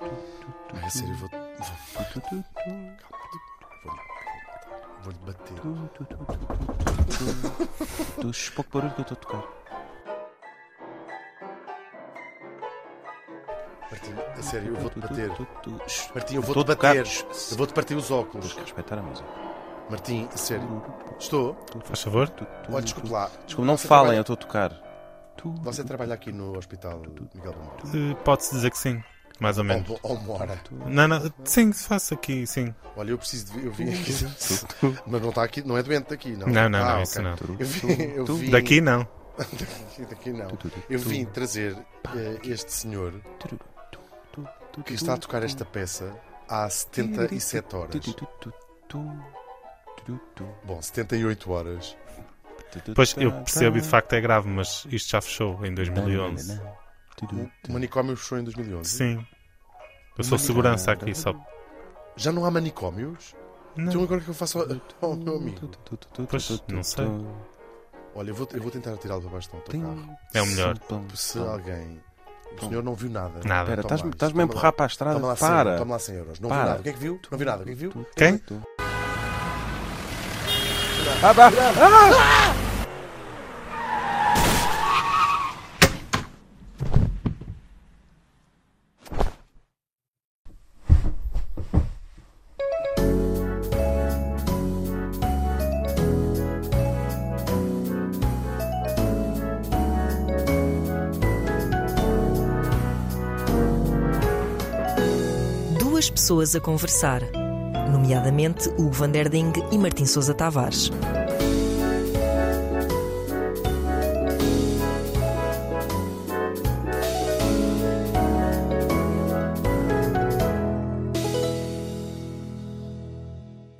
Ai, a sério, eu vou. vou- Calma, vou-lhe bater. Dos pouco barulho que eu estou a tocar. Martim, a sério, eu vou-te bater. Shh, Martim, eu estou vou-te a tocar. bater. Shh, Eu vou-te partir os Tens óculos. que respeitar a música. Martim, a sério. Estou? Faz favor. Olha, desculpe lá. Desculpe, não Você falem, eu estou trabalha- a tocar. Você trabalha aqui no hospital, Miguel Bombeiro? Eh, Pode-se dizer que sim. Mais ou menos. Ou, ou mora. Não, não. Sim, se faço aqui, sim. Olha, eu preciso de. Eu vim aqui. Mas não está aqui, não é doente daqui, não? Não, não, Ah, não, ok. isso não. Eu vim. Eu vim Daqui não. daqui não. Eu vim trazer eh, este senhor que está a tocar esta peça há 77 horas. Bom, 78 horas. Pois eu percebo e de facto é grave, mas isto já fechou em 2011. O manicômio fechou em 2011. Sim. Eu sou segurança aqui só. Já não há manicômios? Então Não. agora o que eu faço ao, ao meu amigo? Pois, não sei. Olha, eu vou, eu vou tentar tirá-lo para baixo do autocarro. É o melhor. um Se alguém. O senhor não viu nada. Nada. Espera, Toma estás-me estás-me lá, a toma lá. empurrar para a estrada. Toma lá, 100, Para. toma lá 100 euros. Não Para. viu nada. O que é que viu? Não viu nada. O que é que viu? Quem? Ah, bah. Duas pessoas a conversar, nomeadamente Hugo van der Ding e Martim Sousa Tavares.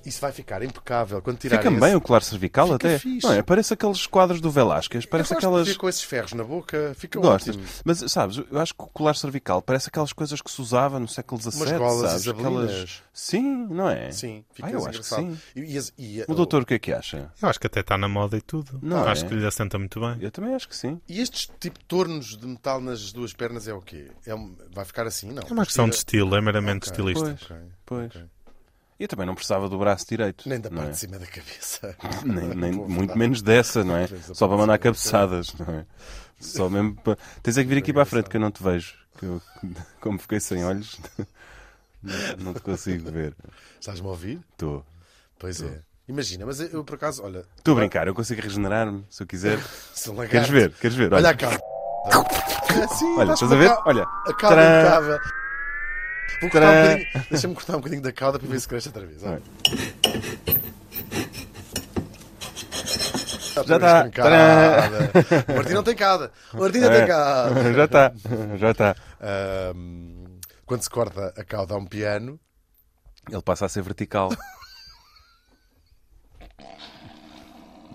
Isso vai ficar impecável. Quando tirar Fica esse... bem o colar cervical Fica até. fixe. Não é? Parece aqueles quadros do Velázquez. Eu Parece gosto de aquelas. ver com esses ferros na boca. Fica Gostas? ótimo. Mas sabes, eu acho que o colar cervical parece aquelas coisas que se usava no século XVII. Umas golas sabes? isabelinas. Aquelas... Sim, não é? Sim, fica assim Ah, eu acho que engraçado. sim. E, e as- e a- O doutor o que é que acha? Eu acho que até está na moda e tudo. Não acho é? que lhe assenta muito bem. Eu também acho que sim. e estes tipo de tornos de metal nas duas pernas é o quê? É um- Vai ficar assim, não? É uma questão de estilo, é Ok. meramente estilista. Pois, pois. Eu também não precisava do braço direito. Nem da não parte é? de cima da cabeça. Nem- nem- Boa muito vontade. menos dessa, não é? Pois, a Só para mandar parte de cima cabeçadas, não é? Só mesmo para... Tens é que vir aqui para a frente que eu não te vejo. Que eu, como fiquei sem olhos, não, não te consigo ver. Estás-me a ouvir? Estou. Pois é. Imagina, mas eu por acaso, olha. Estou a brincar, eu consigo regenerar-me se eu quiser. se lagarto- Queres ver? Queres ver? Olha Olha, a cara. Sim, olha estás estás com a ver? ca- Olha. A cauda Tcharam. impecável. Vou cortar um Tcharam. bocadinho. Deixa-me cortar um bocadinho da cauda para ver se cresce outra vez. olha. Já tá. está. Está com cauda. O Martim não tem cauda. O Martim não tem cauda. É. Já está, já tá. está. Ahm, quando se corta a cauda a um piano, Ele passa a ser vertical.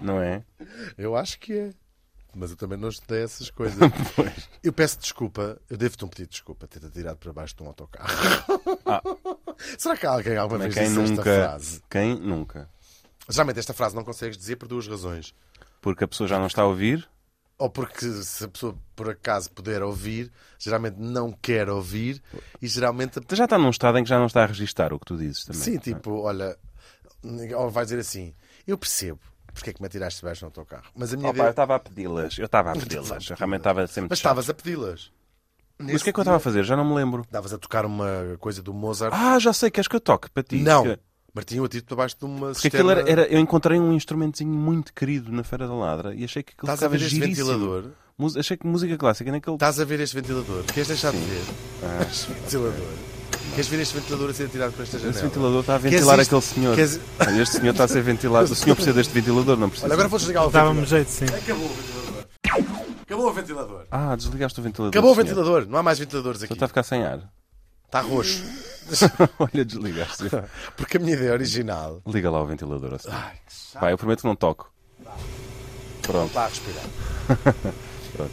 Não é? eu acho que é. Mas eu também não estudei essas coisas. Pois. Eu peço desculpa, eu devo-te um pedido de desculpa ter te tirado para baixo de um autocarro. Será que há alguém alguma Ah. Mas vez quem disse esta nunca? frase? Quem nunca? Geralmente esta frase não consegues dizer por duas razões. Porque a pessoa já não está a ouvir. Ou porque se a pessoa por acaso puder ouvir, geralmente não quer ouvir e geralmente. Tu já está num estado em que já não está a registar o que tu dizes também. Sim, tipo, olha, ou vai dizer assim: eu percebo porque é que me atiraste baixo no autocarro, mas a minha Oh, pá, eu ideia- estava a pedi-las. Eu estava a pedi-las. Eu realmente estava sempre. Mas estavas a pedi-las. Mas o que é que eu estava a fazer? Já não me lembro. Estavas a tocar uma coisa do Mozart. Ah, já sei, queres que eu toque para ti? não! Que- Martim, eu atiro-te para baixo de uma Porque cisterna- aquilo era, era- Eu encontrei um instrumentozinho muito querido na Feira da Ladra e achei que aquilo Estás a ficava ver este giríssimo. ventilador? Tá- Mus- Achei que música clássica naquele. Estás a ver este ventilador? Queres deixar de ver? Este ventilador. Queres ver este ventilador a ser tirado para esta janela? Esse ventilador está a Queres ventilar isto? aquele senhor. Queres- Olha, este senhor está a ser ventilado. O senhor precisa deste ventilador, não precisa. Olha, agora vou desligar o Dava-me um ventilador. jeito, sim. Acabou o ventilador. Acabou o ventilador. Ah, desligaste o ventilador. Acabou o senhor. ventilador. Não há mais ventiladores Só tá- aqui. está a ficar sem ar. Está roxo. Olha, desligaste. Porque a minha ideia original Liga lá o ventilador. ó senhor. Vai, eu prometo que não toco. Pronto. está a respirar.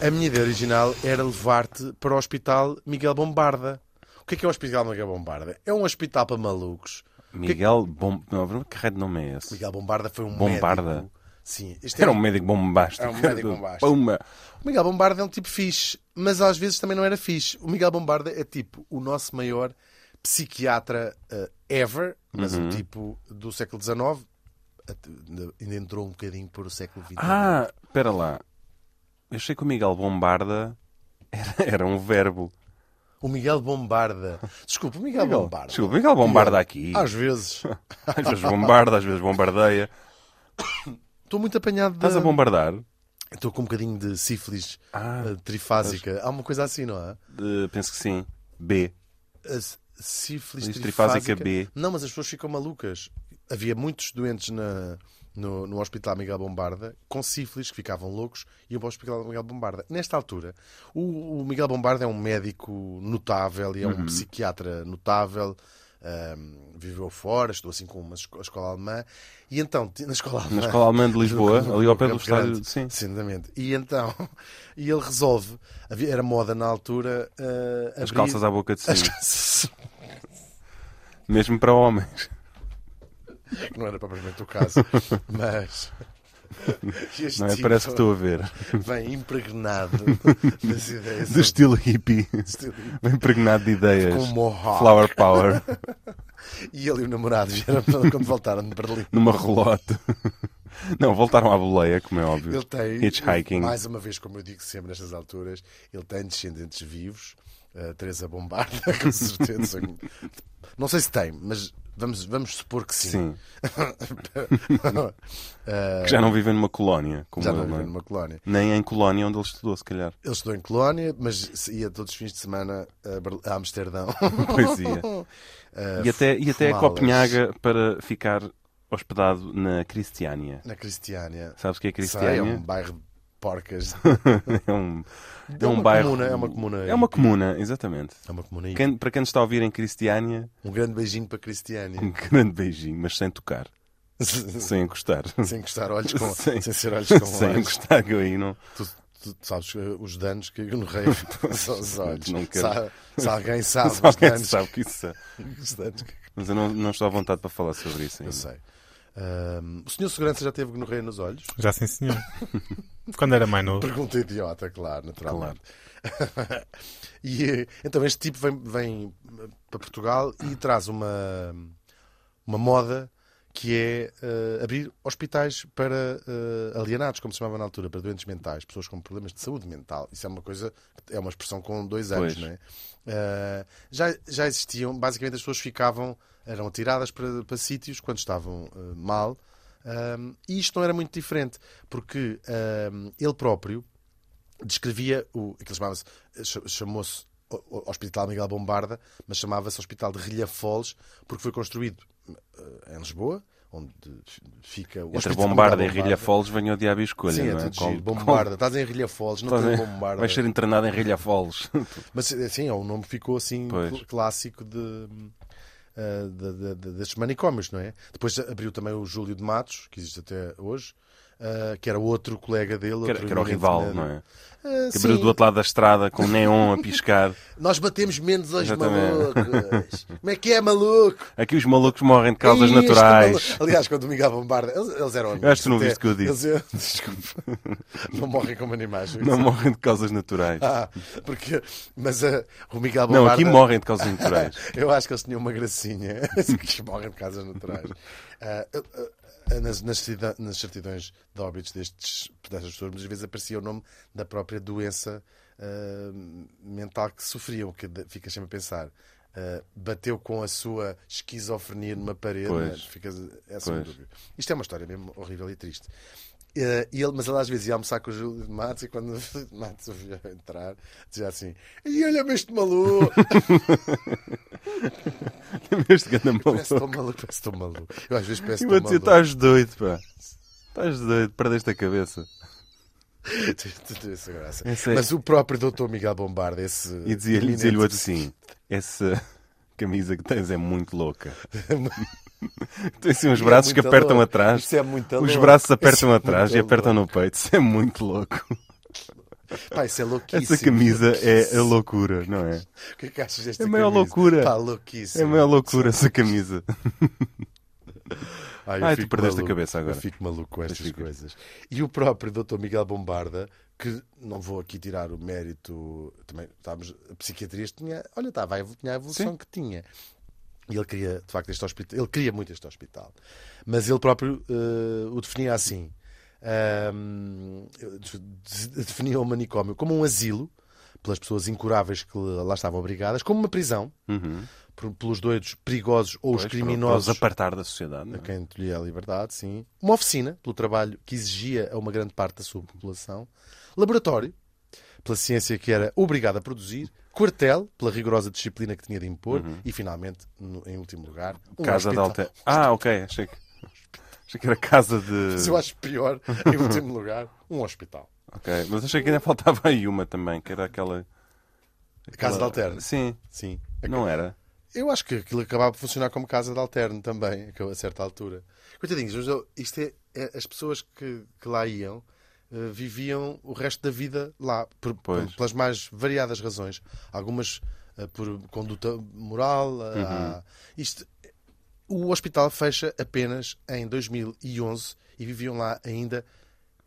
A minha ideia original era levar-te para o Hospital Miguel Bombarda. O que é que é o Hospital Miguel Bombarda? É um hospital para malucos. Miguel Bom... Não, que raio de nome é esse? Miguel Bombarda foi um Bombarda? médico. Sim, este Era um médico bombástico. Era um médico bombástico. Pumba. O Miguel Bombarda é um tipo fixe, mas às vezes também não era fixe. O Miguel Bombarda é tipo o nosso maior psiquiatra eh, ever, mas Uhum. um tipo do século XIX. at- Ainda entrou um bocadinho por o século um. XX. Ah, espera lá. Eu achei que o Miguel Bombarda era, era um verbo. O Miguel Bombarda. Desculpa, o Miguel, Bombarda. Ah. Desculpa, Miguel Bombarda aqui. Às vezes. Às vezes bombarda, às vezes bombardeia. Estou muito apanhado de. Estás a bombardar? Estou com um bocadinho de sífilis Ah, eh, trifásica. Há uma coisa assim, não é? de- Eh, penso que sim. B. A s- sífilis Sífilis trifásica. trifásica B. Não, mas as pessoas ficam malucas. Havia muitos doentes na- no, no Hospital Miguel Bombarda com sífilis que ficavam loucos e iam para o Hospital Miguel Bombarda. Nesta altura, o, o Miguel Bombarda é um médico notável e é Uhum. um psiquiatra notável. Ahm, viveu fora, estou assim com uma esco- escola alemã e então ti- na escola alemã, Na Escola Alemã de Lisboa, No- no- ali ao pé no do Campo estádio. Grande. Sim. Precisamente. E então, e ele resolve, havia- era moda na altura, eh, As abrir- calças à boca de as cima. calças- Mesmo para homens. que não era propriamente o caso, mas este Não é? tipo Parece que estou a ver. vem impregnado das ideias De estilo hippie. estilo- Bem impregnado de ideias. com mohawk. Flower power. E ele e o namorado vieram para- quando voltaram de Berlim. Numa relote. Não, voltaram à boleia, como é óbvio. Ele tem, Hitchhiking. mais uma vez, como eu digo sempre nestas alturas, ele tem descendentes vivos. A Teresa Bombarda, com certeza. Não sei se tem, mas vamos, vamos supor que sim. Eh, Sim. Que já não vivem numa colónia. Como Já ele, não não é? vivem numa colónia. Nem em colónia onde ele estudou, se calhar. Ele estudou em Colónia, mas ia todos os fins de semana a, Berl- a Amsterdão. Pois ia. Ah, E até, e até a fumá-las Copenhaga para ficar hospedado na Cristiania. Na Cristiânia. Sabes o que é Sei, é um Cristiania? bairro de porcas. É um, é É um uma bairro. comuna, é uma comuna. É uma comuna, exatamente. É uma comuna aí. Quem- para quem nos está a ouvir em Cristiania, Um grande beijinho para Cristiânia. um grande beijinho, mas sem tocar, sem encostar. sem encostar olhos com. Sem- Sem ser olhos com sem olhos. encostar, que eu aí não. Tu, tu sabes eh, os danos que eu no rei passa aos olhos. Não quero- Sa- Se, alguém sabe Só os alguém danos, sabe o que isso é. os danos que Mas eu não, não estou à vontade para falar sobre isso eu ainda. sei. Ahm, o senhor Segurança já teve gonorreia nos olhos? Já sim, senhor. Quando era mais novo. Pergunta idiota, claro, naturalmente. e, eh, então este tipo vem, vem eh, para Portugal e traz uma, uma moda que é eh, abrir hospitais para eh, alienados, como se chamava na altura, para doentes mentais, pessoas com problemas de saúde mental. Isso é uma coisa, que é uma expressão com dois anos, Pois. não é? Eh, já, já existiam, basicamente as pessoas ficavam, eram atiradas para, para sítios quando estavam eh, mal. Ahm, e isto não era muito diferente, porque ahm, ele próprio descrevia o aquilo chamava-se ch- chamou-se o- o- Hospital Miguel Bombarda, mas chamava-se Hospital de Rilhafoles, porque foi construído eh, em Lisboa, onde f- fica o Entre Hospital Bombarda e Miguel Rilhafoles venho o diabo e escolha. Sim, é não é? tudo Qual- giro. Bombarda. Estás em Rilhafoles, não qual- tem estás em- Bombarda. Vais ser internado em Rilhafoles. Mas assim, é um nome que ficou assim Pois. cl- clássico de, hum, ah, de- de- de- destes manicômios, não é? Depois abriu também o Júlio de Matos, que existe até hoje, ah, que era outro colega dele. Que era, outro que era o eminente rival, na- não é? Ah, Que abriu sim. do outro lado da estrada com neon a piscar. Nós batemos menos aos Exatamente. malucos. Como é que é, maluco? Aqui os malucos morrem de causas Isto, naturais. maluco. Aliás, quando o Miguel Bombarda. Eles, eles eram amigos. Eu acho que tu não até. viste o que eu disse. Eles- Desculpa. Não morrem como animais. Não morrem de causas naturais. Ah, porque. Mas ah, o Miguel Bombarda. Não, aqui morrem de causas naturais. Eu acho que eles tinham uma gracinha. assim, que morrem de casas naturais. Ah, ah, ah, nas, nas certidão- nas certidões de óbitos destes, destas pessoas, muitas vezes aparecia o nome da própria doença ah, mental que sofriam, que de- ficas sempre a pensar. Ah, bateu com a sua esquizofrenia numa parede, Pois. não é? ficas, essa é uma Pois. dúvida. Isto é uma história mesmo horrível e triste. Eh, e ele, mas ele às vezes ia almoçar com o Júlio de Matos e quando o Júlio de Matos o via entrar, dizia assim: E olha-me este maluco! Este ganda maluco. Parece tão maluco, parece tão maluco. Eu às vezes peço Eu tão vou dizer, maluco. estás doido, pá. Estás doido, perdeste a cabeça. Essa graça. Essa é- Mas o próprio doutor Miguel Bombarda, esse. E dizia-lhe eminente- dizia outro assim: essa camisa que tens é muito louca. Tens assim uns É braços que muito apertam louco. atrás. Isso é muito Os louco. braços Isso apertam é atrás e muito apertam no peito. Isso é muito louco. Pá, isso é louquíssimo. Essa camisa é a loucura, não é? O que é que achas desta É a maior camisa? loucura. Pá, É louquíssimo. a maior loucura essa camisa. Ai, Ai, tu perdeste a cabeça agora. Eu fico maluco com estas ficas. coisas. E o próprio Dr. Miguel Bombarda, que não vou aqui tirar o mérito, também estávamos, a psiquiatria tinha, olha, estava, a evo- tinha a evolução que tinha. E ele queria, de facto, este hospital, ele queria muito este hospital. Mas ele próprio eh, o definia assim. Ahm, de- de- definia o manicômio como um asilo pelas pessoas incuráveis que lá estavam obrigadas, como uma prisão por- pelos doidos perigosos ou Uhum. Pois, os para- criminosos Para os apartar da sociedade. não a é? quem lhe é a liberdade, sim. Uma oficina, pelo trabalho que exigia a uma grande parte da sua população. Laboratório, pela ciência que era obrigada a produzir. Quartel, pela rigorosa disciplina que tinha de impor. E, finalmente, no- em último lugar, um Uhum. Casa de hospital. Alter. Ah, ok. Achei que, achei que era casa Mas de. eu acho pior, em último lugar, um hospital. Ok, mas achei que ainda faltava aí uma também, que era aquela. A Casa de Alterno. Sim, Sim. não era. Eu acho que aquilo acabava por funcionar como casa de alterno também, a certa altura. Coitadinhos, mas eu- isto é, é- as pessoas que, que lá iam eh, viviam o resto da vida lá, por- por- Pois. pelas mais variadas razões. Algumas eh, por conduta moral. eh, Uhum. há- isto- o hospital fecha apenas em 2011 e viviam lá ainda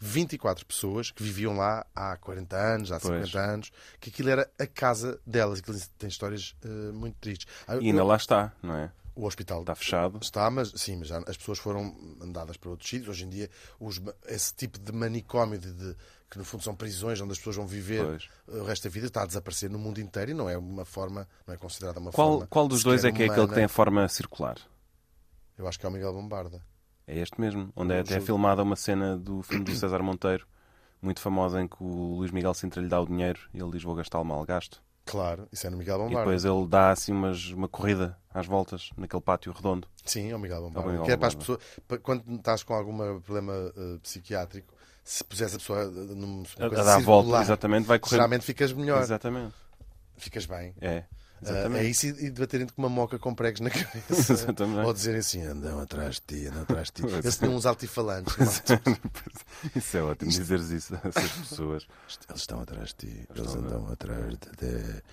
24 pessoas que viviam lá há 40 anos, há 50 Pois. anos, que aquilo era a casa delas. Aquilo tem histórias eh, muito tristes. Ah, E ainda eu- lá está, não é? o hospital Está fechado. está, mas sim, mas já as pessoas foram mandadas para outros sítios. Hoje em dia, os ma- esse tipo de manicômio de, de- que no fundo são prisões onde as pessoas vão viver Pois. o resto da vida está a desaparecer no mundo inteiro e não é uma forma, não é considerada uma Qual, forma. qual dos dois é sequer que é aquele que humana. tem a forma circular? Eu acho que é o Miguel Bombarda. É este mesmo, onde é Não até julgo. filmada uma cena do filme do César Monteiro, muito famosa, em que o Luís Miguel Sintra lhe dá o dinheiro e ele diz: Vou gastá-lo mal gasto. Claro, isso é no Miguel E Bombarda. depois ele dá assim umas, uma corrida às voltas naquele pátio redondo. Sim, é o Miguel É o Bombarda. Miguel que é para as Bombarda. pessoas, para- quando estás com algum problema eh, psiquiátrico, se puseres a pessoa eh, numa A, a coisa dar a volta, circular, exatamente, vai correr. geralmente ficas melhor, Exatamente. ficas bem. É, Ah, exatamente. é isso e e debaterem-te com uma moca com pregos na cabeça. Exatamente. Ou dizerem assim, andam atrás de ti, andam atrás de ti. Eles tinham uns altifalantes. Isso é ótimo, dizeres isso a essas pessoas. Eles estão atrás de ti, eles andam atrás de ti.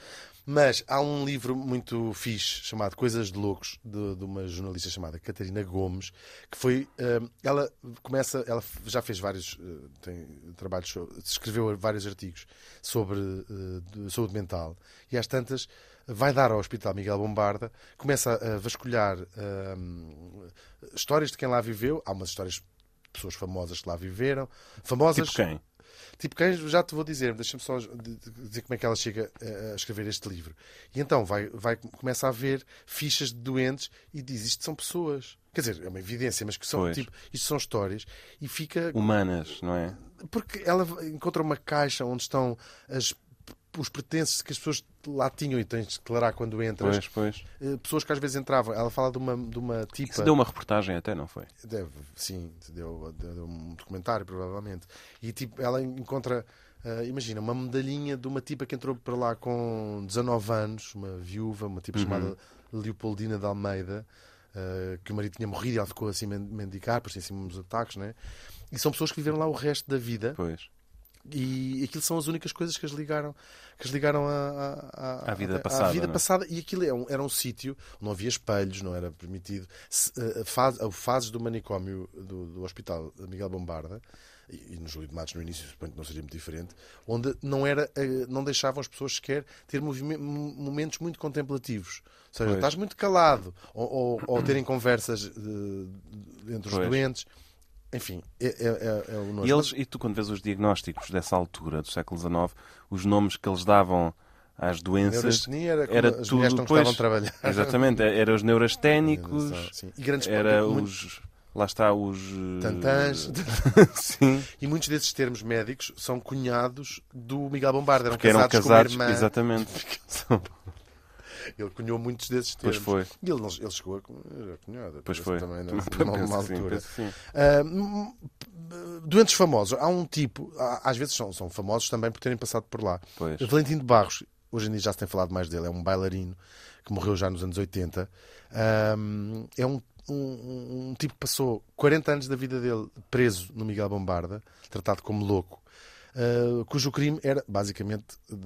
Mas há um livro muito fixe chamado Coisas de Loucos, de, de uma jornalista chamada Catarina Gomes, que foi. hum, ela começa, ela já fez vários eh, tem trabalhos, sobre- escreveu vários artigos sobre eh, de saúde mental e às tantas vai dar ao Hospital Miguel Bombarda, começa a vasculhar hum, histórias de quem lá viveu. Há umas histórias de pessoas famosas que lá viveram. Famosas. Tipo quem? Tipo, quem já te vou dizer, deixa-me só de- de- dizer como é que ela chega eh, a escrever este livro. E então vai, vai, começa a ver fichas de doentes e diz: Isto são pessoas. Quer dizer, é uma evidência, mas que são, Pois. tipo, isto são histórias. E fica. Humanas, não é? Porque ela encontra uma caixa onde estão as- os pertences que as pessoas lá tinham e tens de declarar quando entras. Pois, pois. Eh, Pessoas que às vezes entravam. Ela fala de uma, de uma tipa. Isso deu uma reportagem até, não foi? Deve, sim, deu, deu um documentário, provavelmente. E tipo, ela encontra, ah, imagina, uma medalhinha de uma tipa que entrou para lá com 19 anos, uma viúva, uma tipa chamada Leopoldina de Almeida, ah, que o marido tinha morrido e ela ficou assim a mendigar, por assim uns ataques, né? E são pessoas que viveram lá o resto da vida Pois. e aquilo são as únicas coisas que as ligaram que as ligaram à- à- à- À vida à- à passada, vida não é? passada. e aquilo é um- era um sítio onde não havia espelhos não era permitido Se, eh, faz- a fases do manicômio do, do hospital Miguel Bombarda e, e no Júlio de Matos no início suponho que não seria muito diferente onde não era eh, não deixavam as pessoas sequer ter movime- mo- momentos muito contemplativos ou seja Pois. estás muito calado ou, ou- ou terem conversas eh, entre os Pois. doentes enfim é, é- é- é o nojo. E, eles, e tu, quando vês os diagnósticos dessa altura, do século XIX, os nomes que eles davam às doenças. Neurastenia era, Era como as tudo mulheres não pois, gostavam de trabalhar. Exatamente, eram os neurasténicos, Sim. E grandes era e muitos os. Lá está os. eh, tantãs. Sim, E muitos desses termos médicos são cunhados do Miguel Bombarda. Eram que eram casados, casados. com uma irmã. Exatamente. Ele cunhou muitos desses Pois termos. foi, E ele, não- ele chegou a cunhar. cunhado. pois foi. Também não, Penso não, que numa sim, altura. penso assim. que sim. Ah, hum, doentes famosos. Há um tipo, há- às vezes são, são famosos também por terem passado por lá. Pois. Valentim de Barros, hoje em dia já se tem falado mais dele, é um bailarino que morreu já nos anos 80. Ahm, é um, um- um tipo que passou 40 anos da vida dele preso no Miguel Bombarda, tratado como louco, ah, cujo crime era basicamente eh,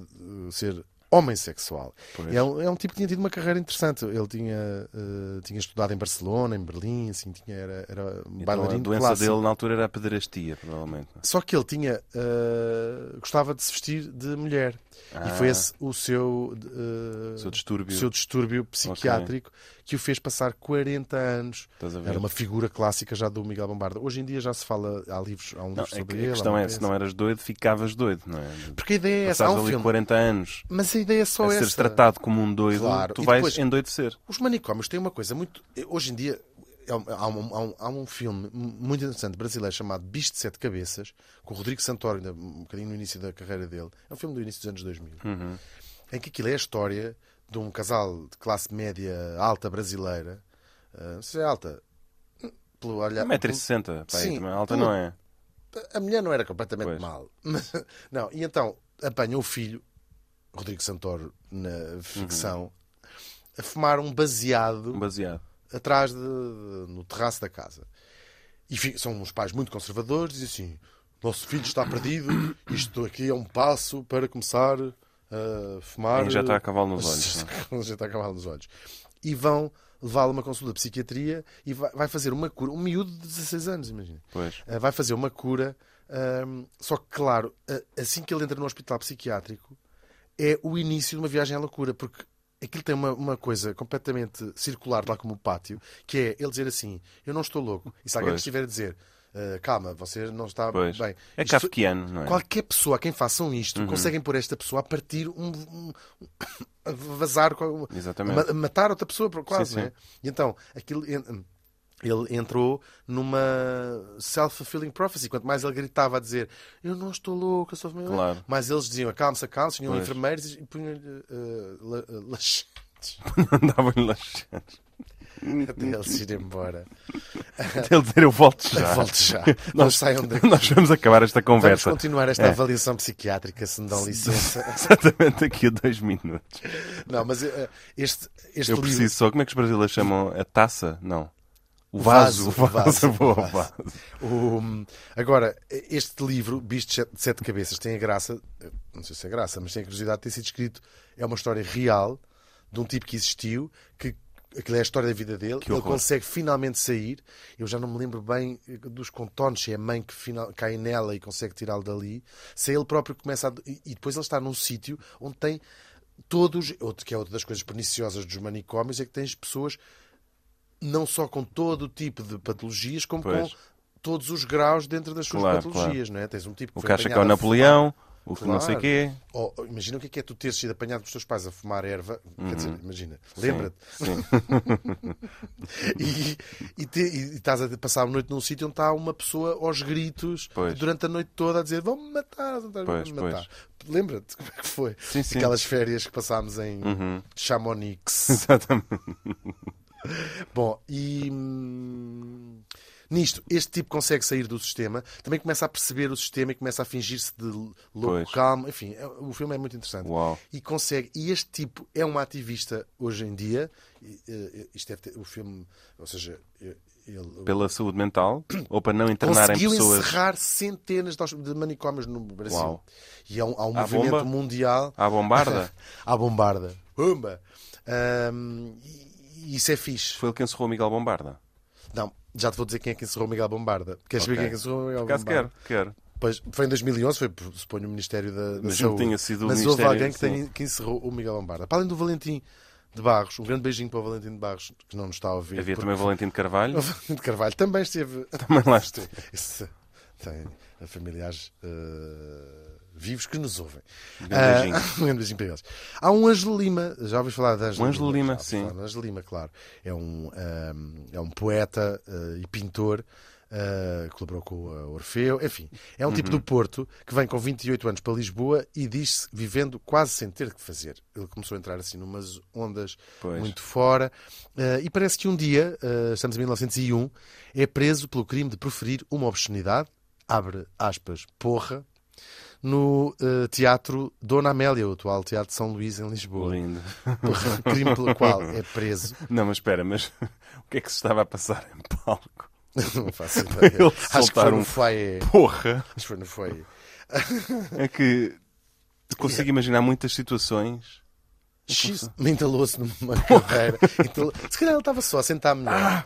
ser homem sexual. Pois. É um, é um tipo que tinha tido uma carreira interessante. Ele tinha, eh, tinha estudado em Barcelona, em Berlim, assim, tinha, era, era um Então, a bailarino doença clássico. dele na altura era a pederastia, provavelmente. é? Só que ele tinha eh, gostava de se vestir de mulher. E foi esse o seu, eh, o Ah. seu distúrbio. seu distúrbio psiquiátrico que o fez passar 40 anos. Estás a ver? Era uma figura clássica já do Miguel Bombarda. Hoje em dia já se fala, há livros, há um Não, livro é que sobre a ele. questão há uma é, se peça. não eras doido, ficavas doido, não é? Porque a ideia é essa, há Passares um ali filme. 40 anos Mas a ideia é só a essa. seres tratado como um doido, Claro, tu e vais depois- endoidecer. Os manicômios têm uma coisa muito. eh, Hoje em dia é um- há um, há um- há um filme muito interessante brasileiro chamado Bicho de Sete Cabeças, com o Rodrigo Santoro, ainda um bocadinho no início da carreira dele. É um filme do início dos anos 2000, em que aquilo é a história de um casal de classe média alta brasileira. ah, não sei se é alta. Pelo olhar. 1,60m, pá, aí Ah, Sim, também alta pelo- não é? A mulher não era completamente Pois. mal. Não, e então apanha o filho, Rodrigo Santoro, na ficção, a fumar um baseado Baseado. atrás de, de- no terraço da casa. E fi- são uns pais muito conservadores, dizem assim: nosso filho está perdido, isto aqui é um passo para começar a fumar. Quem já está a cavalo nos olhos. não é? já está a cavalo nos olhos. E vão levá-lo a uma consulta de psiquiatria e vai, vai fazer uma cura. Um miúdo de 16 anos, imagina. Pois. Ah, vai fazer uma cura. ahm, só que, claro, ah, assim que ele entra no hospital psiquiátrico, é o início de uma viagem à loucura, porque aquilo tem uma, uma coisa completamente circular, lá como o pátio, que é ele dizer assim: Eu não estou louco. E se alguém Pois. estiver a dizer. "Ah, calma, você não está Pois. Uhum. bem. É Isto- kafkiano, não é? Qualquer pessoa a quem façam isto, conseguem pôr esta pessoa a partir um. um- a vazar, com- um, Exatamente. ma- matar outra pessoa, por- Sim, quase, sim. né? E então, aquilo. en- Ele entrou numa self-fulfilling prophecy. Quanto mais ele gritava a dizer eu não estou louco, eu sou familiar", Claro. mas eles diziam acalme-se, acalme-se, tinham Pois. enfermeiros e punham-lhe eh, la- eh, laxantes Andavam-lhe laxantes. até ele se ir embora. Até ele dizer eu volto já. Volte É. já, não Nós- saiam daqui. Nós vamos acabar esta Vamos conversa. continuar esta É. avaliação psiquiátrica, se me dão licença. Exatamente daqui a dois minutos. Não, mas eh, este, este Eu livro. preciso só. Como é que os brasileiros chamam a taça? Não. O O vaso. vaso, O vaso. o vaso, eu vou ao o vaso. vaso. O- agora, este livro, Bicho de Sete- de Sete Cabeças, tem a graça, eu não sei se é graça, mas tem a curiosidade de ter sido escrito. É uma história real de um tipo que existiu, que aquilo é a história da vida dele. Que Ele horror. consegue finalmente sair. Eu já não me lembro bem eh, dos contornos, se é a mãe que final, cai nela e consegue tirá-lo dali. Se é ele próprio que começa a. E e depois ele está num sítio onde tem todos. Outro, que é outra das coisas perniciosas dos manicômios, é que tens pessoas não só com todo o tipo de patologias, como Pois. com todos os graus dentro das suas Claro, patologias, não é? Tens um tipo que O foi que acha que é o apanhado a Napoleão. O que não sei Claro. quê. fumar- Ou, ou, imagina o que é, que é tu teres sido apanhado pelos teus pais a fumar erva. Quer dizer, imagina, lembra-te. Uhum. Sim. E, e, te- e estás a passar a noite num sítio onde está uma pessoa aos gritos Pois. durante a noite toda a dizer vão-me matar, vão-me Pois, matar. Lembra-te como é que foi? Sim, Uhum. sim. Aquelas férias que passámos em Chamonix. Exatamente. Bom, e hum, nisto, este tipo consegue sair do sistema, também começa a perceber o sistema e começa a fingir-se de louco, Pois. calmo, enfim, é- o filme é muito interessante. Uau. E consegue, e este tipo é um ativista hoje em dia, e, eh, isto deve ter, o filme, ou seja, eh, ele Pela saúde mental. Ou para não internarem conseguiu pessoas encerrar centenas de hos- de manicômios no Brasil. Uau. E há um, há um À movimento bomba? mundial à bombarda. à bombarda. Bomba! Hum, e, e isso é fixe. Foi ele que encerrou o Miguel Bombarda. Não, já te vou dizer quem é que encerrou o Miguel Bombarda. Ok. Queres saber quem é que encerrou o Miguel Caso Bombarda? quero. Quero. Pois, foi em 2011, foi, por- suponho, o Ministério da, da Mas não Saúde. tinha sido o Mas houve Ministério, alguém que, sim. tenha- que encerrou o Miguel Bombarda. Para além do Valentim de Barros, um grande beijinho para o Valentim de Barros, que não nos está a ouvir. Havia porque também o Valentim de Carvalho. O Valentim de Carvalho também esteve... Também lá esteve. Esse- tem familiares eh, vivos que nos ouvem. grande Ah, beijinho. um grande beijinho para eles. Há um Ângelo Lima, já ouvi falar de Ângelo Um Ângelo Lima, já ouvi sim. falar de Ângelo Lima, claro. É um, ahm, é um poeta ah, e pintor. ah, colaborou com o ah, Orfeu, enfim, é um tipo do Porto que vem com 28 anos para Lisboa e diz-se vivendo quase sem ter que fazer. Ele começou a entrar assim numas ondas Pois. muito fora ah, e parece que um dia, ah, estamos em 1901, é preso pelo crime de proferir uma obscenidade, abre aspas, porra, no eh, Teatro Dona Amélia, o atual Teatro de São Luís, em Lisboa. Lindo. Por crime pelo qual é preso. Não, mas espera, mas o que é que se estava a passar em palco? Não faço ideia. Ele Acho que foi soltar um- no Foyer. Porra! Acho que foi no Foyer. É que Consigo imaginar muitas situações. X assim? me entalou-se numa carreira. Entalou- Se calhar ele estava só a sentar melhor. Ah!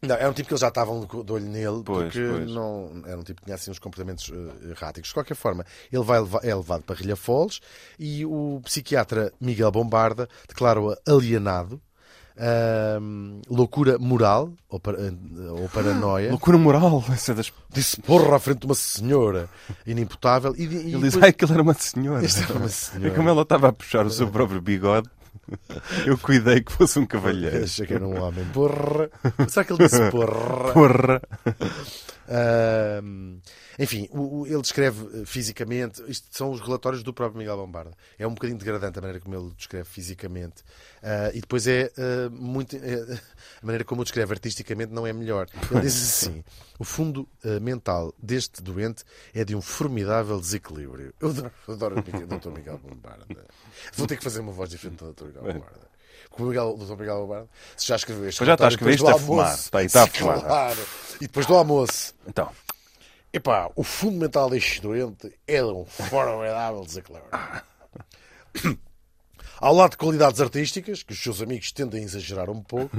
Não, era um tipo que eles já estavam de co- de olho nele, Pois, porque pois. Não, era um tipo que tinha assim uns comportamentos eh, erráticos. De qualquer forma, ele vai leva- é levado para Rilhafoles e o psiquiatra Miguel Bombarda declarou-a alienado, ahm, loucura moral ou, par- ou paranoia. Loucura moral. Essa das... Disse porra à frente de uma senhora inimputável e, e Ele diz, depois- ai, aquilo era uma senhora. Isto era uma É É. senhora. como ela estava a puxar o seu próprio bigode. Eu cuidei que fosse um cavalheiro. Achei que era um homem. Porra. Será que ele disse porra? Porra! Ahm, enfim, o- o- ele descreve eh, fisicamente. Isto são os relatórios do próprio Miguel Bombarda. É um bocadinho degradante a maneira como ele o descreve fisicamente. Ah, e depois é ah, muito. eh, a maneira como o descreve artisticamente não é melhor. Ele diz assim: o fundo ah, mental deste doente é de um formidável desequilíbrio. Eu adoro, adoro o Miguel- Dr. Miguel Bombarda. Vou ter que fazer uma voz diferente do Dr. Miguel Bombarda. Como o Miguel- o Dr. Miguel Bombarda, se já escreveu este É. Pois já está a relatório, escrever, depois isto do é fumar. almoço- Está aí, está a fumar. Claro. E depois do almoço. Então, Epá, o fundamental deste doente é de um formidável desequilíbrio. Ao lado de qualidades artísticas, que os seus amigos tendem a exagerar um pouco,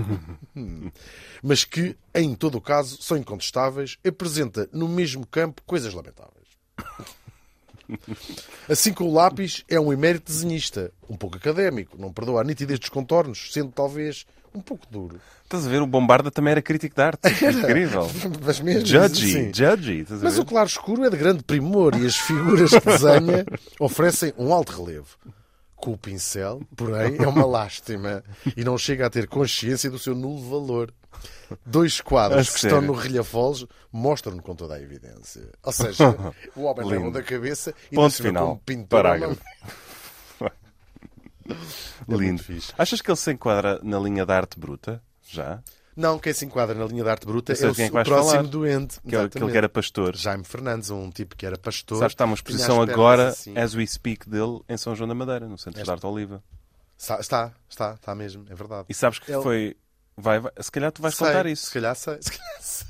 mas que, em todo o caso, são incontestáveis, apresenta no mesmo campo coisas lamentáveis. Assim como o lápis é um emérito desenhista, um pouco académico, não perdoa a nitidez dos contornos, sendo talvez um pouco duro. estás a ver, o Bombarda também era crítico de arte. Incrível. Mas mesmo assim- Judgy, judgy. Estás a Mas ver? o claro escuro é de grande primor e as figuras que desenha oferecem um alto relevo. Com o pincel, porém, é uma lástima e não chega a ter consciência do seu nulo valor. Dois quadros A que sério? estão no Relhafoles mostram-no com toda a evidência. Ou seja, o homem Lindo. levou da cabeça e Ponto disse final. como pintor. É Parágrafo. muito Lindo. fixe. Achas que ele se enquadra na linha da arte bruta? Já? Não, quem se enquadra na linha da arte bruta Eu sei é o, quem é o que vais próximo falar. doente. Que ele, que ele Exatamente. que era pastor. Jaime Fernandes, um tipo que era pastor. Sabes, está uma tinha as exposição pernas agora, assim. as we speak, dele em São João da Madeira, no Centro de Arte Oliva. Está, está, está, está mesmo, é verdade. E sabes que Ele- foi. Vai, vai- se calhar tu vais Sei, contar isso. Se calhar sei. Se calhar sei.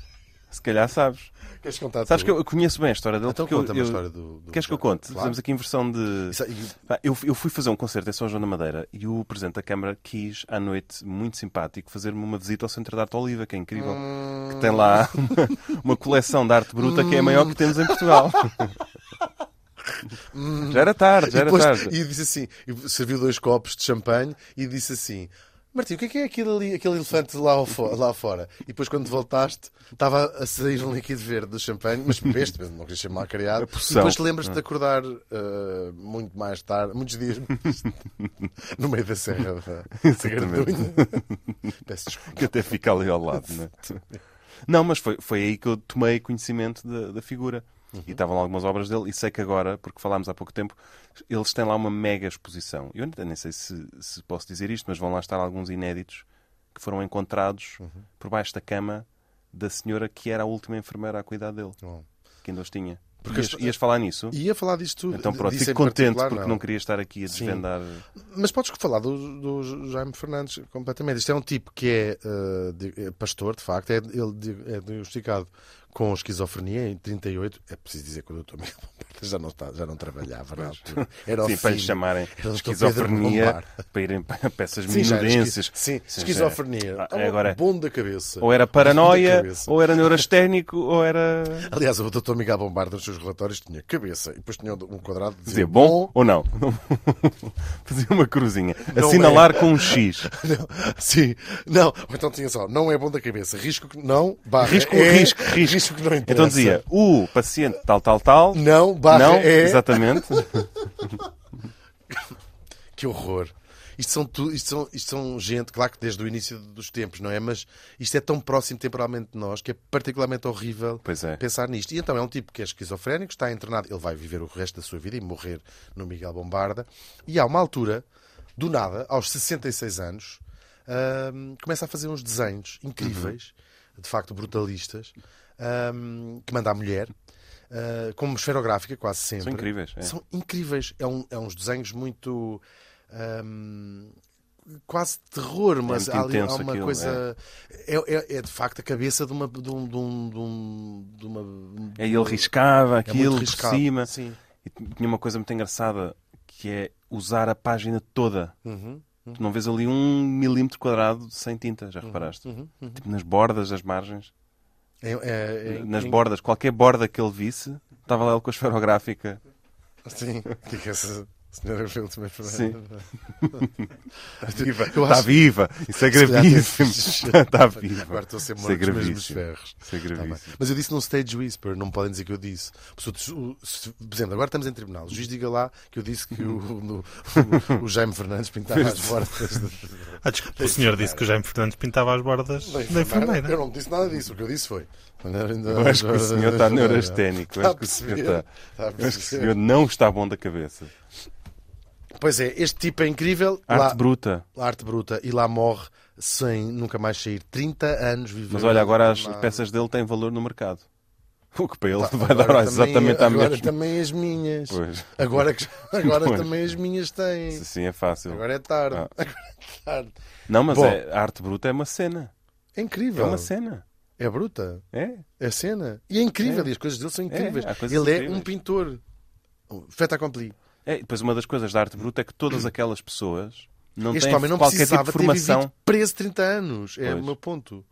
Se calhar sabes. Queres contar Sabes tu? que eu eu conheço bem a história dele. Então porque eu- conta-me a eu- história do- do- Queres que eu do- conte? claro. Fizemos aqui em versão de. Isso- e- Pá, Eu, eu fui fazer um concerto em São João da Madeira e o Presidente da Câmara quis, à noite, muito simpático, fazer-me uma visita ao Centro de Arte Oliva, que é incrível. Que tem lá uma, uma coleção de arte bruta que é a maior que temos em Portugal. já era tarde, já E, era depois- tarde. e disse assim, e serviu dois copos de champanhe e disse assim: Martim, o que é que é aquele, ali, aquele elefante lá, ao fo- lá fora? E depois, quando voltaste, estava a sair um líquido verde do champanhe, mas bebeste, mas não queria ser mal criado. E porção. depois te lembras-te Ah. de acordar eh, muito mais tarde, muitos dias no meio da Serra da Sagardunha. Peço desculpa. que até fica ali ao lado, né? Não, mas foi, foi aí que eu tomei conhecimento da, da figura. Uhum. E estavam lá algumas obras dele, e sei que agora, porque falámos há pouco tempo, eles têm lá uma mega exposição. Eu ainda nem sei se, se posso dizer isto, mas vão lá estar alguns inéditos que foram encontrados Uhum. por baixo da cama da senhora que era a última enfermeira a cuidar dele, Bom. que ainda os tinha. Oh. Porque ias, as- ias falar nisso? Ia falar disto tudo. Então pronto, disso fico em contente particular, porque não. queria estar aqui a desvendar. Mas podes falar do, do Jaime Fernandes completamente. Isto é um tipo que é, eh, di- é pastor, de facto, é, ele di- é diagnosticado com esquizofrenia em 38. É preciso dizer que o doutor Miguel Bombarda já não, está, já não trabalhava na altura. Era o Sim, para lhe filho. chamarem Era o Dr. Pedro esquizofrenia, Lombardo. para irem para peças Sim, já era esqui- minudências. Sim, Sim, esquizofrenia. Tá já- Estava agora- bom da cabeça. Um Ou era Bom da paranoia, cabeça. ou era neurasténico, ou era. Aliás, o doutor Miguel Bombarda nos seus relatórios tinha cabeça e depois tinha um quadrado de Dizer bom ou não. Fazia uma cruzinha. Assinalar é. com um X. Não, sim, não. Ou Então tinha só, não é bom da cabeça. Risco que não, barra. Risco, é, risco, risco. que não interessa. Então dizia o paciente tal, tal, tal. Não, barra Não, é. exatamente. Que horror. Isto são, tu, isto, são, isto são gente, claro que desde o início dos tempos, não é? Mas isto é tão próximo temporalmente de nós que é particularmente horrível Pois é. pensar nisto. E então é um tipo que é esquizofrénico, está internado, ele vai viver o resto da sua vida e morrer no Miguel Bombarda. E há uma altura, do nada, aos 66 anos, hum, começa a fazer uns desenhos incríveis, Uhum. de facto brutalistas, hum, que manda à mulher, hum, como esferográfica quase sempre. São incríveis, é. São incríveis. É, um- é uns desenhos muito. hum, quase terror, mas É muito há, ali, há intenso uma aquilo, coisa. É. é- é de facto a cabeça de uma. De um, de um- de um- de uma- Aí ele riscava é muito aquilo por riscado. cima. Sim. E E t- tinha uma coisa muito engraçada que é usar a página toda. Uhum, Tu não vês ali um milímetro quadrado sem tinta, já reparaste? uhum, uhum. Tipo nas bordas das margens. eh, É- é- é- nas bordas, qualquer borda que ele visse, estava lá ele com a esferográfica. Sim. O que é que essa senhora fez também para Sim. Está viva. Está viva! Isso é gravíssimo! Está viva! Agora estou a ser Isso é morto dos mesmos gravíssimo. ferros. Isso é Tá bem. gravíssimo. Mas eu disse num stage whisper, não podem dizer que eu disse. Se, o- se, o- se- por exemplo, agora estamos em tribunal. O juiz diga lá que eu disse que o, no- o- o Jaime Fernandes pintava as bordas da Ah, desculpa, o senhor disse que o Jaime Fernandes pintava as bordas da Eu enfermeira. não disse nada disso. O que eu disse foi. né? Eu acho que o senhor está neurasténico. Eu acho Está Tá a que o senhor está. perceber? Está a eu acho que o perceber? senhor não está bom da cabeça. Pois é, este tipo é incrível. Arte lá, bruta. a arte bruta e lá morre sem nunca mais sair. 30 anos vivendo. Mas olha, agora as lá- peças dele têm valor no mercado. O que para ele Tá, vai dar agora exatamente também, à Agora mesma. também as minhas. Pois, Agora, que- agora Pois. também as minhas têm. isso assim é fácil. Agora é tarde. Ah. Agora é tarde. Não, mas Bom. é, a arte bruta é uma cena. É É incrível. uma cena. É bruta. É. É cena. E é incrível. É. E as coisas dele são incríveis. há coisas Ele é incríveis. um pintor. Um Feta accompli. É, e depois uma das coisas da arte bruta é que todas aquelas pessoas não Este têm homem não qualquer tipo precisava de ter vivido formação. preso 30 anos. É Pois. o meu ponto.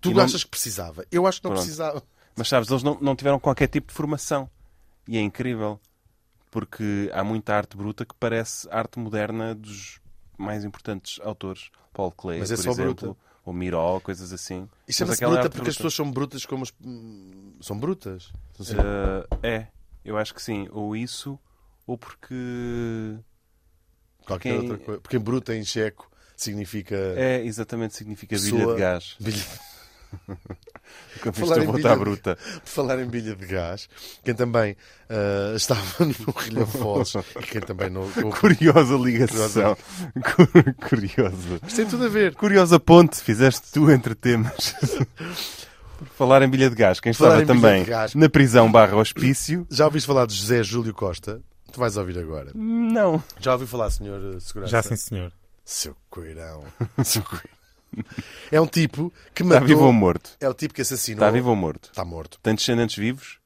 Tu E não- achas que precisava? Eu acho que não Pronto. precisava. Mas sabes, eles não, não tiveram qualquer tipo de formação. E é incrível. Porque há muita arte bruta que parece arte moderna dos mais importantes autores. Paul Klee, Mas é por só exemplo. bruta. Ou Miró, coisas assim. E Mas chama-se aquela é bruta arte porque as pessoas são brutas como as... hum, São brutas. São assim. Eh, é, eu acho que sim. Ou isso, ou porque. Qualquer quem- outra coisa. Porque bruta em checo significa... É, exatamente, significa bilha Pessoa- de gás. Bilha- Nunca viste Falar a em volta à bilha de- bruta. Por falar em bilha de gás, quem também ah, estava no Rilhafós e quem também não... Curiosa ligação. Cu- Curiosa. é Mas tem tudo a ver. Curiosa ponte fizeste tu entre temas. Por falar em bilha de gás, quem estava Falar em bilha também de gás. na prisão barra hospício? Já ouviste falar de José Júlio Costa? Tu vais ouvir agora. Hum. Não. Já ouvi falar, senhor eh, Segurança? Já sim, senhor. Seu coirão. É um tipo que Está matou... Tá vivo ou morto? É o tipo que assassinou... Está vivo ou morto? Está morto. Tem descendentes vivos?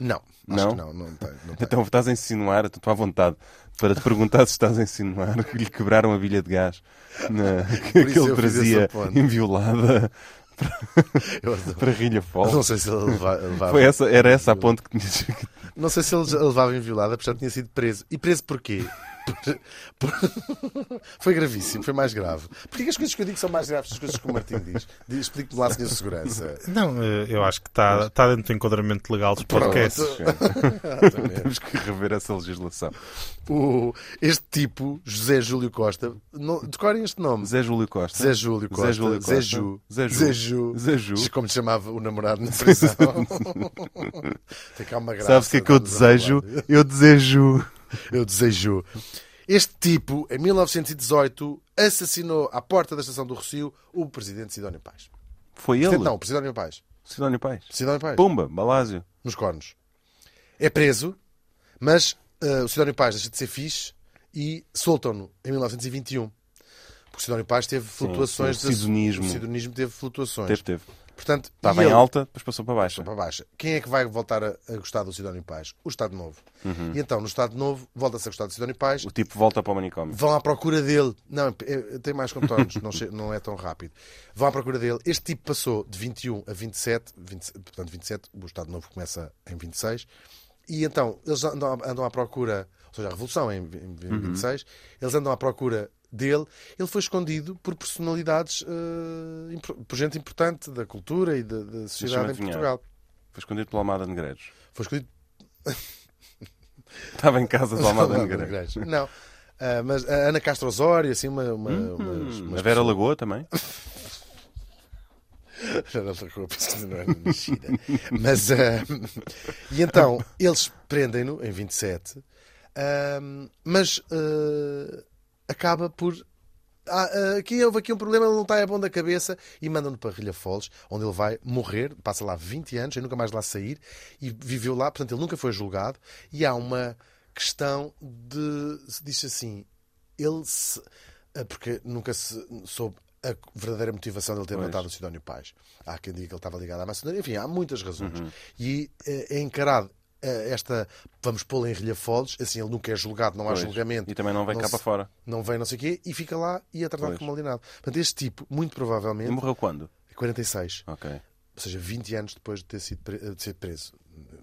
Não. Acho Não? que não. Não tem. Não tem. Então estás a insinuar, estou à vontade para te perguntar se estás a insinuar que lhe quebraram a bilha de gás na- Por que ele isso eu fiz trazia essa ponte. inviolada Eu- para Rilha não Foz. sei se ele leva- levava... Oh. Foi essa, era essa a ponte que tinhas. Não sei se ele já levava inviolada, porque já tinha sido preso. E preso porquê? Por- por- Foi gravíssimo, foi mais grave. Porquê que as coisas que eu digo são mais graves que as coisas que o Martim diz? Diz, Explique-me lá, senhor Segurança. Não, eh, eu acho que está está dentro do enquadramento legal dos Pronto. podcasts. Temos que rever essa legislação. O- este tipo, José Júlio Costa, não, decorem este nome. Zé Júlio Costa. Zé Júlio Costa. Zé Júlio Costa. Zé Ju. Zé Ju. Zé Ju. Zé Ju. Como lhe chamava o namorado na prisão. Tem cá uma graça. Sabes o que é que eu estamos a falar desejo? disso. Eu desejo. Eu desejo. Este tipo, em 1918, assassinou à porta da estação do Rocio o presidente Sidónio Paz. Foi ele? Presidente, não, o Sidónio Paz. Sidónio Pais. Sidónio Paz, Pumba, Balásio. nos cornos. É preso, mas ah, o Sidónio Paz deixa de ser fixe e soltam-no em 1921. Porque o Sidónio Paz teve flutuações. o de- sidonismo. O sidonismo teve flutuações. Teve, teve. Portanto, Estava e em ele- alta, depois passou para baixa. para baixa. Quem é que vai voltar a, a gostar do Sidónio Paz? O Estado Novo. Uhum. E então, no Estado Novo, volta-se a gostar do Sidónio Paz O tipo volta para o manicômio. vão à procura dele. Não, é- é- tem mais contornos, não, che- não é tão rápido. Vão à procura dele. Este tipo passou de 21 a 27, 27, portanto 27, o Estado Novo começa em 26, e então eles andam, andam à procura, ou seja, a Revolução é em, vi- em Uhum. 26, eles andam à procura dele. Ele foi escondido por personalidades, eh, impor- por gente importante da cultura e da, da sociedade em adivinhar. Portugal. Foi escondido pela Almada Negreiros. Foi escolhido Estava em casa de Almada Não, Negreiros. Não. Ah, mas a Ana Castro Osório, assim, uma. uma, umas- Hum, umas a Vera Lagoa também. Já não largou a pesquisa, não era mexida. Mas, ah, e então, eles prendem-no em 27, ah, mas ah, acaba por. Ah, ah, aqui houve aqui um problema, ele não está bom da cabeça e mandam-no para Rilhafoles, onde ele vai morrer, passa lá 20 anos, e nunca mais lá sair e viveu lá, portanto ele nunca foi julgado e há uma questão de, se diz assim, ele se, ah, porque nunca se soube a verdadeira motivação dele ter Pois. matado o Uhum. Sidónio Paz. Há quem diga que ele estava ligado à maçonaria, enfim, há muitas razões. E eh, é encarado eh, esta vamos pô-lo em relhafolhos, assim ele nunca é julgado, não há Pois. julgamento. E também não vem cá se- para fora. Não vem não sei o quê e fica lá e é tratado Pois. como alienado. Portanto, este tipo, muito E provavelmente, é morreu quando? 46, Ok. ou seja, 20 anos depois de ter sido pre- eh, de ser preso.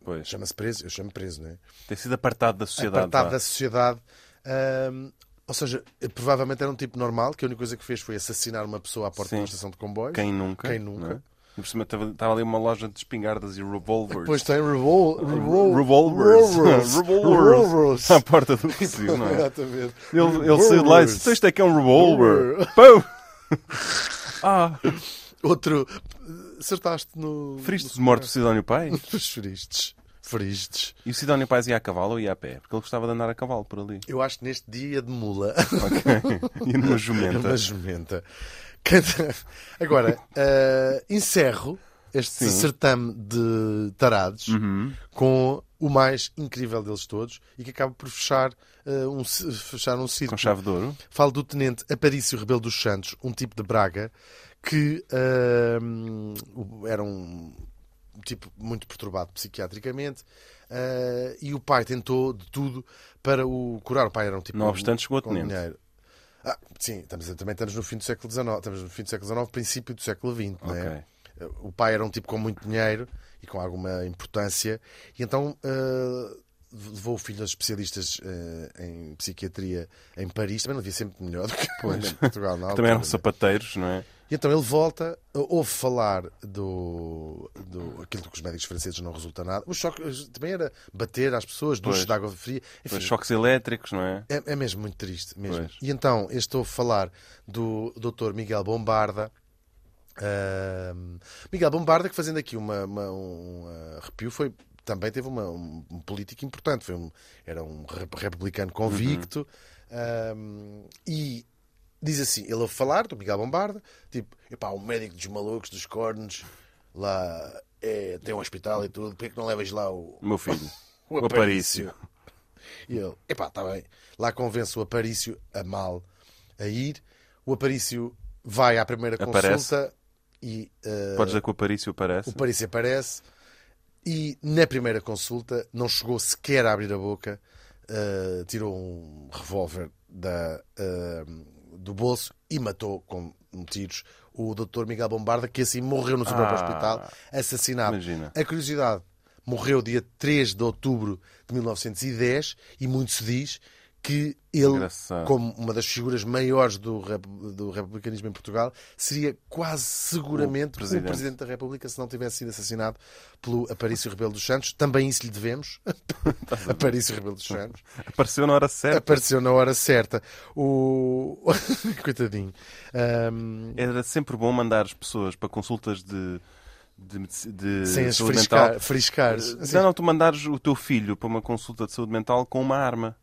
Pois. Chama-se preso, eu chamo preso, não é? Tem sido apartado da sociedade. apartado vá. da sociedade. Ahm, ou seja, provavelmente era um tipo normal, que a única coisa que fez foi assassinar uma pessoa à porta Sim. de uma estação de comboio. Quem nunca? Quem nunca? não é? E Por cima estava estava ali uma loja de espingardas e revolvers. Depois tem revol revol revolvers. revolvers. revolvers. À porta do cozinho, não é? Exatamente. Ele, ele saiu de lá e disse: "Então Revolvers. Isto é que é um revolver. Revolver. Pau! ah, Outro. eh, Acertaste no. feriste de morte o Sidónio Pai? Nos feristes. Feristes. E o Sidónio Pais ia a cavalo ou ia a pé? Porque ele gostava de andar a cavalo por ali. Eu acho que neste dia de mula. E numa É jumenta. uma jumenta. Cada- Agora, eh, encerro este Sim. Uhum. certame de tarados com o mais incrível deles todos e que acaba por fechar, eh, um, ci- fechar um Com círculo. chave de ouro. Falo do tenente Aparício Rebelo dos Santos, um tipo de Braga, que ah, hum, era um tipo muito perturbado psiquiatricamente ah, e o pai tentou de tudo para o curar. O pai era um tipo Não obstante, chegou a com tenente. dinheiro. Ah, sim, estamos, também estamos no fim do século XIX, estamos no fim do século XIX, princípio do século XX, não é? Ok. O pai era um tipo com muito dinheiro e com alguma importância, e então ah, levou o filho aos especialistas ah, em psiquiatria em Paris. Também não havia sempre melhor do que em Portugal, Também um na altura, eram não é? sapateiros, não é? E então ele volta, ouve falar do, do aquilo que os médicos franceses não resulta nada. O choque eh, também era bater às pessoas, duches Pois. de água fria. Enfim, Os choques elétricos, não é? é, é mesmo muito triste, mesmo. Pois. E então, eu estou a falar do Dr. Miguel Bombarda. Ahm, Miguel Bombarda, que fazendo aqui uma, uma- um ah, arrepio, foi, também teve uma- um, um político importante. Foi um- era um re- republicano convicto. Ahm, e diz assim: ele a falar do Miguel Bombarda, tipo, epá, o médico dos malucos, dos cornos, lá é, tem um hospital e tudo, porque é que não levas lá o, O meu filho. o O Aparício. Aparício. E ele, epá, está bem. Lá convence o Aparício a mal a ir. O Aparício vai à primeira Aparece. consulta e eh, Podes dizer que o Aparício o aparece. Aparício aparece. E na primeira consulta não chegou sequer a abrir a boca, eh, tirou um revólver da, eh, do bolso e matou com tiros o Dr. Miguel Bombarda, que assim morreu no seu próprio Ah, hospital, assassinado. Imagina. A curiosidade, morreu dia 3 de outubro de 1910 e muito se diz que ele, Engraçado. como uma das figuras maiores do, rep- do republicanismo em Portugal, seria quase seguramente o O presidente. presidente. da República se não tivesse sido assassinado pelo Aparício Rebelo dos Santos. Também isso lhe devemos. Aparício Rebelo dos Santos. Apareceu na hora certa. Apareceu na hora certa. O... Coitadinho. Ahm, Era sempre bom mandar as pessoas para consultas de, de, medici- de Sem as saúde mental. Eh, friscar, friscares. Sim. Não, não, tu mandares o teu filho para uma consulta de saúde mental com uma arma.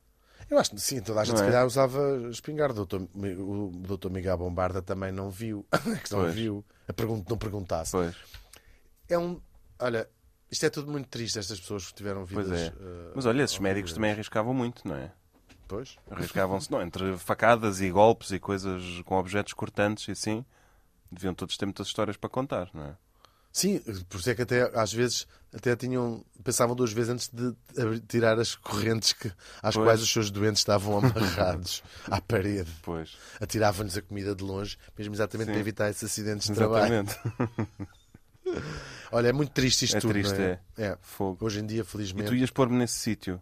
Eu acho que sim, toda a gente Não se é? calhar usava espingarda. O doutor, o doutor Miguel Bombarda também não viu. que não Pois. viu. A pergun- não perguntasse. Pois. É um. Olha, isto é tudo muito triste, estas pessoas que tiveram vidas. Pois é. eh, Mas olha, esses médicos horríveis. também arriscavam muito, não é? Pois. Arriscavam-se, não, entre facadas e golpes e coisas com objetos cortantes e assim. Deviam todos ter muitas histórias para contar, não é? Sim, por isso é que até às vezes até tinham. pensavam duas vezes antes de abrir- tirar as correntes que, às Pois. quais os seus doentes estavam amarrados à parede. Pois. Atiravam-lhes a comida de longe, mesmo exatamente Sim. para evitar esses acidentes de trabalho. Exatamente. Olha, é muito triste isto É tudo. triste, não é? é. Fogo. Hoje em dia, E felizmente. tu ias pôr-me nesse sítio.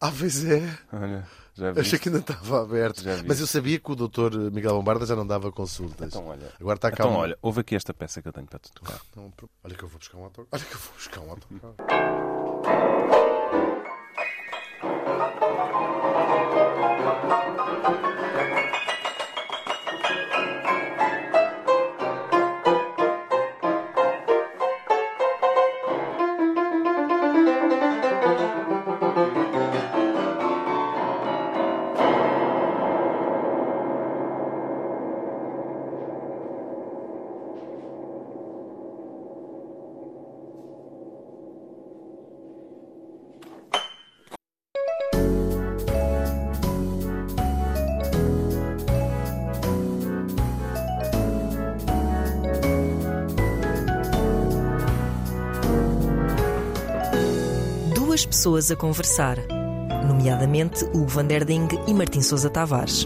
Ah, pois é. Olha, já Eu vi. achei que ainda estava aberto. Já vi. Mas eu sabia que o doutor Miguel Bombarda já não dava consultas. Então, olha. Agora está um Então, calmo. olha, houve aqui esta peça que eu tenho para te tocar. Então, olha que eu vou buscar um autocarro. Olha que eu vou buscar um autocarro. pessoas a conversar, nomeadamente Hugo Vanderding e Martim Sousa Tavares.